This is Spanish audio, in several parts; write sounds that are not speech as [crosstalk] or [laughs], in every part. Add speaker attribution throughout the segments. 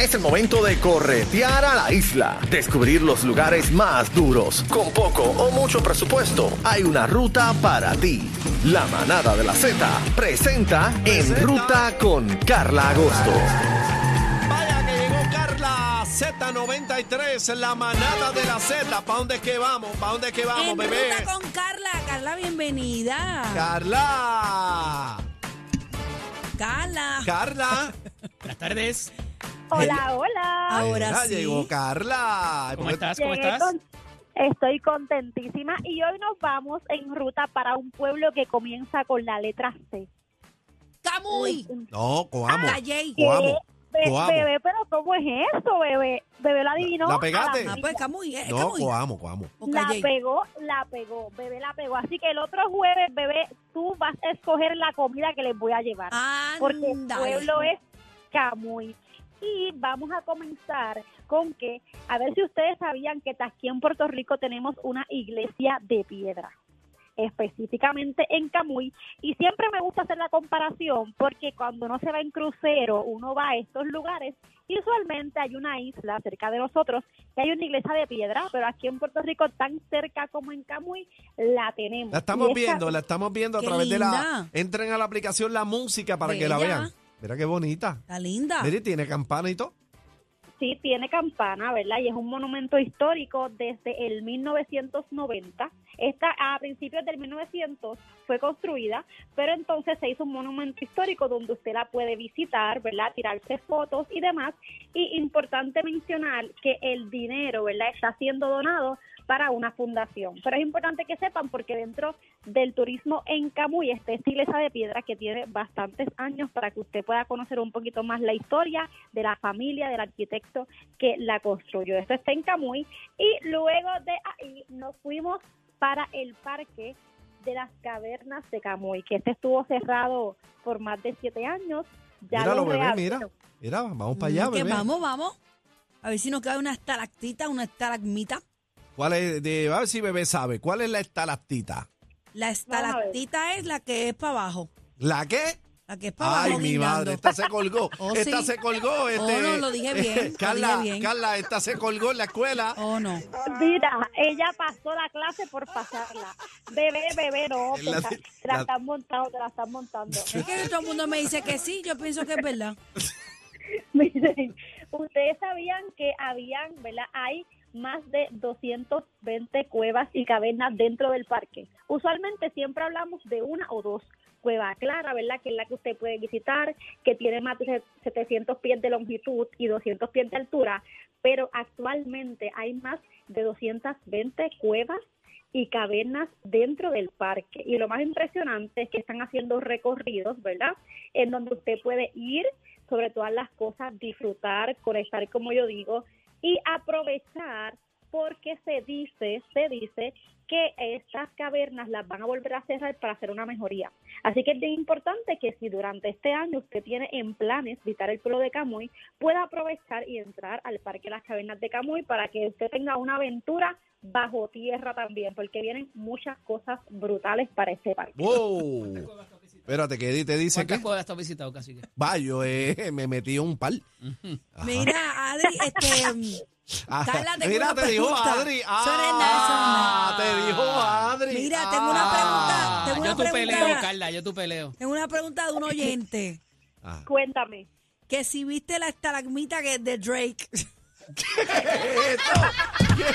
Speaker 1: Es el momento de corretear a la isla, descubrir los lugares más duros. Con poco o mucho presupuesto, hay una ruta para ti. La manada de la Z presenta En Ruta con Carla Agosto.
Speaker 2: Vaya que llegó Carla Z93, la manada de la Z. ¿Para dónde es que vamos? ¿Para dónde es que vamos,
Speaker 3: en
Speaker 2: bebé?
Speaker 3: ruta con Carla. Carla, bienvenida.
Speaker 2: Carla.
Speaker 3: Carla.
Speaker 2: Carla.
Speaker 4: Buenas tardes.
Speaker 5: Hola, hola.
Speaker 3: Ahora
Speaker 2: Mira,
Speaker 3: sí.
Speaker 2: llegó Carla. Ay,
Speaker 4: ¿Cómo
Speaker 2: porque-
Speaker 4: estás? ¿Cómo
Speaker 5: Llegué
Speaker 4: estás?
Speaker 5: con- Estoy contentísima y hoy nos vamos en ruta para un pueblo que comienza con la letra C.
Speaker 3: Camuy.
Speaker 2: No, Coamo.
Speaker 3: Ah, Jay.
Speaker 2: Coamo.
Speaker 5: Be-
Speaker 2: Coamo.
Speaker 5: bebé, pero ¿cómo es eso, bebé? Bebé la adivinó.
Speaker 2: ¿La
Speaker 5: a
Speaker 2: pegaste?
Speaker 5: milla.
Speaker 3: Ah, pues Camuy. Eh,
Speaker 2: No,
Speaker 3: Camuy.
Speaker 2: Coamo, Coamo.
Speaker 3: Ok,
Speaker 5: la
Speaker 3: Jay.
Speaker 5: pegó, la pegó, bebé la pegó. Así que el otro jueves, bebé, tú vas a escoger la comida que les voy a llevar. porque el
Speaker 3: Ándale.
Speaker 5: pueblo es Camuy. Y vamos a comenzar con que, a ver si ustedes sabían que aquí en Puerto Rico tenemos una iglesia de piedra, específicamente en Camuy. Y siempre me gusta hacer la comparación porque cuando uno se va en crucero, uno va a estos lugares y usualmente hay una isla cerca de nosotros que hay una iglesia de piedra, pero aquí en Puerto Rico, tan cerca como en Camuy, la tenemos.
Speaker 2: La estamos
Speaker 5: Y esa-
Speaker 2: viendo, la estamos viendo a
Speaker 3: Qué
Speaker 2: través de la...
Speaker 3: linda.
Speaker 2: Entren a la aplicación La Música para que la
Speaker 3: Bella.
Speaker 2: vean. Mira qué bonita.
Speaker 3: Está linda.
Speaker 2: Mira, y tiene campana y todo.
Speaker 5: Sí, tiene campana, ¿verdad? Y es un monumento histórico desde el 1990. Esta a principios del 1900 fue construida, pero entonces se hizo un monumento histórico donde usted la puede visitar, ¿verdad? Tirarse fotos y demás. Y importante mencionar que el dinero, ¿verdad? Está siendo donado para una fundación. Pero es importante que sepan porque dentro del turismo en Camuy está esta iglesia de piedra que tiene bastantes años para que usted pueda conocer un poquito más la historia de la familia del arquitecto que la construyó. Esto está en Camuy y luego de ahí nos fuimos para el parque de las cavernas de Camuy, que este estuvo cerrado por más de siete años. Ya
Speaker 2: Míralo,
Speaker 5: lo
Speaker 2: bebé, mira.
Speaker 5: reabrieron.
Speaker 2: Mira, vamos para allá,
Speaker 3: Mm, que
Speaker 2: bebé.
Speaker 3: Vamos, vamos. A ver si nos cae una estalactita, una estalagmita.
Speaker 2: ¿Cuál es? De, a ver si bebé sabe. ¿Cuál es la estalactita?
Speaker 3: La estalactita es la que es para abajo.
Speaker 2: ¿La qué?
Speaker 3: La que es para
Speaker 2: Ay,
Speaker 3: abajo.
Speaker 2: mi
Speaker 3: guindando.
Speaker 2: madre, esta se colgó.
Speaker 3: [laughs] Oh,
Speaker 2: esta
Speaker 3: sí.
Speaker 2: se colgó. Este,
Speaker 3: no, lo dije bien, lo dije
Speaker 2: Carla,
Speaker 3: bien.
Speaker 2: Carla, esta se colgó en la escuela.
Speaker 3: Oh, no.
Speaker 5: Mira, ella pasó la clase por pasarla. Bebé, bebé, no, te
Speaker 2: La-
Speaker 5: la, te la
Speaker 2: la-
Speaker 5: están montando, te la están montando.
Speaker 3: Es que todo el mundo me dice que sí, yo pienso que es verdad.
Speaker 5: [laughs] Miren, ustedes sabían que habían, ¿verdad? Hay más de 220 cuevas y cavernas dentro del parque. Usualmente siempre hablamos de una o dos. Cueva Clara, ¿verdad? Que es la que usted puede visitar, que tiene más de 700 pies de longitud y 200 pies de altura, pero actualmente hay más de 220 cuevas y cavernas dentro del parque. Y lo más impresionante es que están haciendo recorridos, ¿verdad? En donde usted puede ir, sobre todas las cosas, disfrutar, conectar, como yo digo, y aprovechar porque se dice, se dice que estas cavernas las van a volver a cerrar para hacer una mejoría. Así que es bien importante que si durante este año usted tiene en planes visitar el pueblo de Camuy, pueda aprovechar y entrar al Parque de las Cavernas de Camuy para que usted tenga una aventura bajo tierra también, porque vienen muchas cosas brutales para este parque.
Speaker 3: Oh.
Speaker 2: Wow. Espérate, que Eddie te dice
Speaker 4: ¿Cuántas
Speaker 2: que.
Speaker 4: cuevas has visitado, cacique?
Speaker 2: Va, yo eh, me metí un par. Ajá.
Speaker 3: Mira, Adri, este.
Speaker 2: Ajá.
Speaker 3: Carla,
Speaker 2: Ah,
Speaker 3: tengo
Speaker 2: Mira,
Speaker 3: una
Speaker 2: te dijo
Speaker 3: pregunta.
Speaker 2: Adri.
Speaker 3: Eso no es
Speaker 2: Ah,
Speaker 3: nada,
Speaker 2: te dijo Adri.
Speaker 3: Mira, tengo una
Speaker 2: Ah.
Speaker 3: pregunta, tengo
Speaker 4: yo
Speaker 3: una
Speaker 4: tu
Speaker 3: pregunta.
Speaker 4: peleo, Carla, yo tu peleo.
Speaker 3: Es una pregunta de un oyente.
Speaker 2: Ah.
Speaker 5: Cuéntame.
Speaker 3: Que si viste la estalagmita que es de Drake. [laughs]
Speaker 2: ¿Qué es eso? Ah, ¿Qué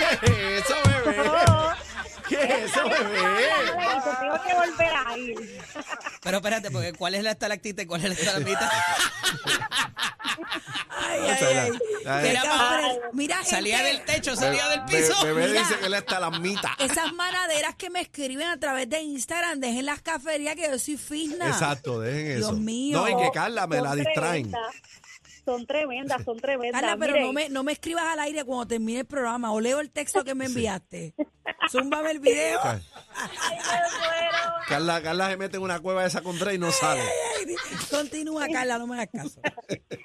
Speaker 2: es eso, bebé? ¿Qué es eso, bebé?
Speaker 5: Tengo que volver a ir.
Speaker 4: Pero espérate, porque ¿cuál es la estalactita y cuál es la estalagmita?
Speaker 3: [laughs] Ay,
Speaker 2: O
Speaker 3: ay,
Speaker 2: sea,
Speaker 3: ay.
Speaker 2: la-
Speaker 3: Qué
Speaker 4: la-
Speaker 3: cabrón. Mira, gente,
Speaker 4: salía del techo, salía del
Speaker 2: Be-
Speaker 4: piso.
Speaker 2: Bebé
Speaker 3: Mira.
Speaker 2: dice que él está la mitad.
Speaker 3: esas manaderas que me escriben a través de Instagram, dejen las cafeterías que yo soy fina.
Speaker 2: Exacto, dejen
Speaker 3: Dios
Speaker 2: eso.
Speaker 3: mío.
Speaker 2: No, y que Carla me
Speaker 5: Son
Speaker 2: la distraen.
Speaker 5: tremendas. Son tremendas, son tremendas.
Speaker 3: Carla, pero
Speaker 5: Miren,
Speaker 3: no me, no me escribas al aire cuando termine el programa o leo el texto que me enviaste. Zúmbame el video.
Speaker 5: ay, me muero.
Speaker 2: Carla, Carla se mete en una cueva esa con tres y no sale.
Speaker 3: Continúa, Carla, no me hagas caso.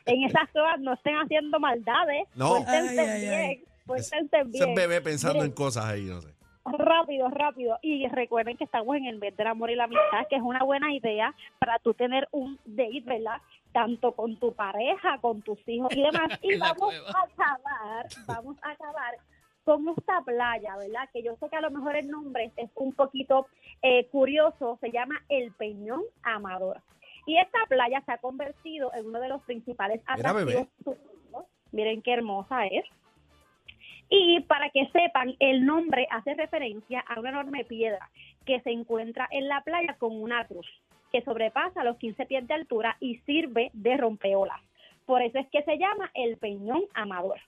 Speaker 5: En esas cosas no estén haciendo maldades.
Speaker 2: No.
Speaker 5: Pórtense
Speaker 3: Ay, ay,
Speaker 5: bien.
Speaker 3: ay.
Speaker 5: pórtense
Speaker 2: Ese es
Speaker 5: bien.
Speaker 2: bebé pensando en
Speaker 5: Miren,
Speaker 2: cosas ahí, no sé.
Speaker 5: Rápido, rápido. Y recuerden que estamos en el mes del amor y la amistad, que es una buena idea para tú tener un date, ¿verdad? Tanto con tu pareja, con tus hijos y
Speaker 3: [laughs]
Speaker 5: demás. Y
Speaker 4: En la
Speaker 5: vamos
Speaker 4: cueva.
Speaker 5: a acabar, vamos a acabar con esta playa, ¿verdad? Que yo sé que a lo mejor el nombre es un poquito eh, curioso, se llama El Peñón Amador. Y esta playa se ha convertido en uno de los principales
Speaker 2: Mira, bebé.
Speaker 5: atractivos turísticos. Miren qué hermosa es. Y para que sepan, el nombre hace referencia a una enorme piedra que se encuentra en la playa con una cruz que sobrepasa los 15 pies de altura y sirve de rompeolas. Por eso es que se llama el Peñón Amador,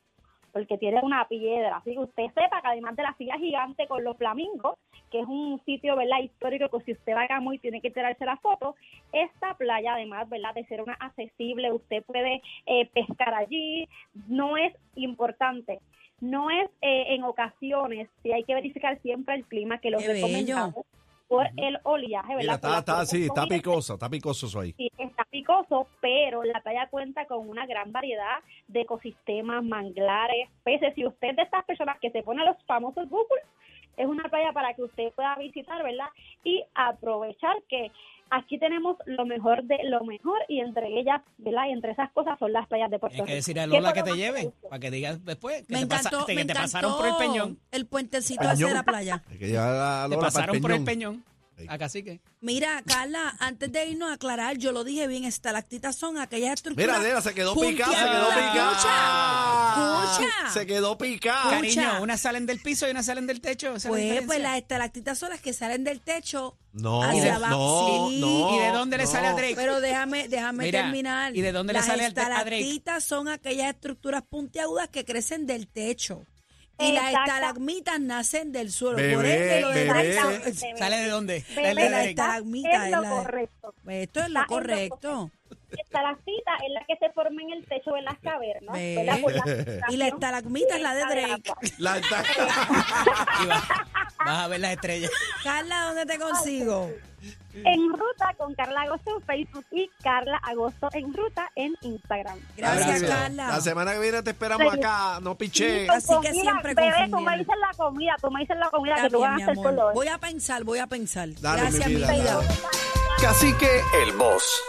Speaker 5: porque tiene una piedra. Así que usted sepa que además de la fila gigante con los flamingos, que es un sitio ¿verdad? histórico que si usted va a muy tiene que tirarse la foto, esta playa además ¿verdad? de ser una accesible, usted puede eh, pescar allí, no es importante. No es eh, en ocasiones, si hay que verificar siempre el clima que los
Speaker 3: Qué bello.
Speaker 5: recomendamos por el oleaje, ¿verdad?
Speaker 2: Mira, está,
Speaker 5: Por las
Speaker 2: está, sí, está
Speaker 5: corrientes
Speaker 2: picosa, está picoso eso ahí.
Speaker 5: sí, está picoso, pero la playa cuenta con una gran variedad de ecosistemas, manglares, peces. Si usted es de estas personas que se ponen los famosos Google, es una playa para que usted pueda visitar, ¿verdad? Y aprovechar que aquí tenemos lo mejor de lo mejor y entre ellas, ¿verdad? Y entre esas cosas son las playas de Puerto
Speaker 4: Tienes
Speaker 5: Rico.
Speaker 4: que decir a
Speaker 5: ¿Qué
Speaker 4: Lola
Speaker 5: fue
Speaker 4: que
Speaker 5: lo
Speaker 4: te
Speaker 5: más
Speaker 4: lleven,
Speaker 5: gustó?
Speaker 4: para que digas después que,
Speaker 3: Me
Speaker 4: te, pasa-
Speaker 3: encantó,
Speaker 4: que
Speaker 3: me
Speaker 4: te
Speaker 3: encantó
Speaker 4: pasaron por el peñón.
Speaker 3: el puentecito ese de la playa.
Speaker 2: Hay que llevar a Lola
Speaker 4: Te
Speaker 2: para
Speaker 4: pasaron
Speaker 2: el
Speaker 4: por el
Speaker 2: peñón.
Speaker 4: peñón.
Speaker 2: Ey.
Speaker 4: A cacique.
Speaker 3: Mira, Carla, antes de irnos a aclarar, yo lo dije bien, estalactitas son aquellas estructuras.
Speaker 2: Mira, Adela, se quedó picada, se quedó
Speaker 3: puntiagudas.
Speaker 2: picada.
Speaker 3: Escucha, escucha.
Speaker 2: Se quedó picada.
Speaker 3: Escucha.
Speaker 4: Cariño, unas salen del piso y unas salen del techo. esa es la
Speaker 3: Pues, pues
Speaker 4: diferencia.
Speaker 3: las estalactitas son las que salen del techo.
Speaker 2: No,
Speaker 3: hacia
Speaker 2: no,
Speaker 3: abajo. Sí,
Speaker 2: no.
Speaker 4: ¿Y de dónde le sale a Drake?
Speaker 3: Pero déjame, déjame
Speaker 4: Mira,
Speaker 3: terminar.
Speaker 4: ¿y de dónde le
Speaker 3: Las
Speaker 4: sale al- a Drake?
Speaker 3: estalactitas son aquellas estructuras puntiagudas que crecen del techo. Y las
Speaker 5: Exacta-
Speaker 3: estalagmitas nacen del suelo. Por
Speaker 2: Bebé,
Speaker 3: ende, lo de
Speaker 2: bebé.
Speaker 3: Drake-
Speaker 5: Exactamente, bebé.
Speaker 4: ¿Sale de dónde?
Speaker 5: Bebé,
Speaker 4: Del de
Speaker 3: la
Speaker 4: Drake.
Speaker 5: está-
Speaker 3: estalagmita,
Speaker 5: es
Speaker 3: es
Speaker 5: lo
Speaker 3: la-
Speaker 5: correcto.
Speaker 3: Pues, Esto es lo
Speaker 5: Está en lo
Speaker 3: correcto.
Speaker 5: Ah, Estalactita es la que se forma en el techo de las cavernas,
Speaker 3: Ve.
Speaker 5: ¿verdad? Por
Speaker 3: [laughs] Y la estalagmita es la de
Speaker 5: del
Speaker 3: Drake.
Speaker 5: agua.
Speaker 2: La
Speaker 4: Y vas, vas a ver las estrellas.
Speaker 3: Carla, ¿dónde te consigo?
Speaker 5: [laughs] En ruta con Carla Agosto en Facebook y Carla Agosto en ruta en Instagram.
Speaker 3: Gracias,
Speaker 2: Abrazo.
Speaker 3: Carla.
Speaker 2: La semana que viene te esperamos acá. No piché.
Speaker 3: Así que siempre
Speaker 5: bebé, tú
Speaker 3: confundida.
Speaker 5: me dices la comida, tú me dices la comida
Speaker 3: Está
Speaker 5: que tú
Speaker 3: bien,
Speaker 5: vas
Speaker 3: pues, mi
Speaker 5: a hacer
Speaker 3: amor.
Speaker 5: por lo
Speaker 3: Voy a pensar, voy a pensar.
Speaker 2: Dale,
Speaker 3: Gracias,
Speaker 2: mi vida,
Speaker 3: Mi vida.
Speaker 2: dale.
Speaker 1: Cacique el boss.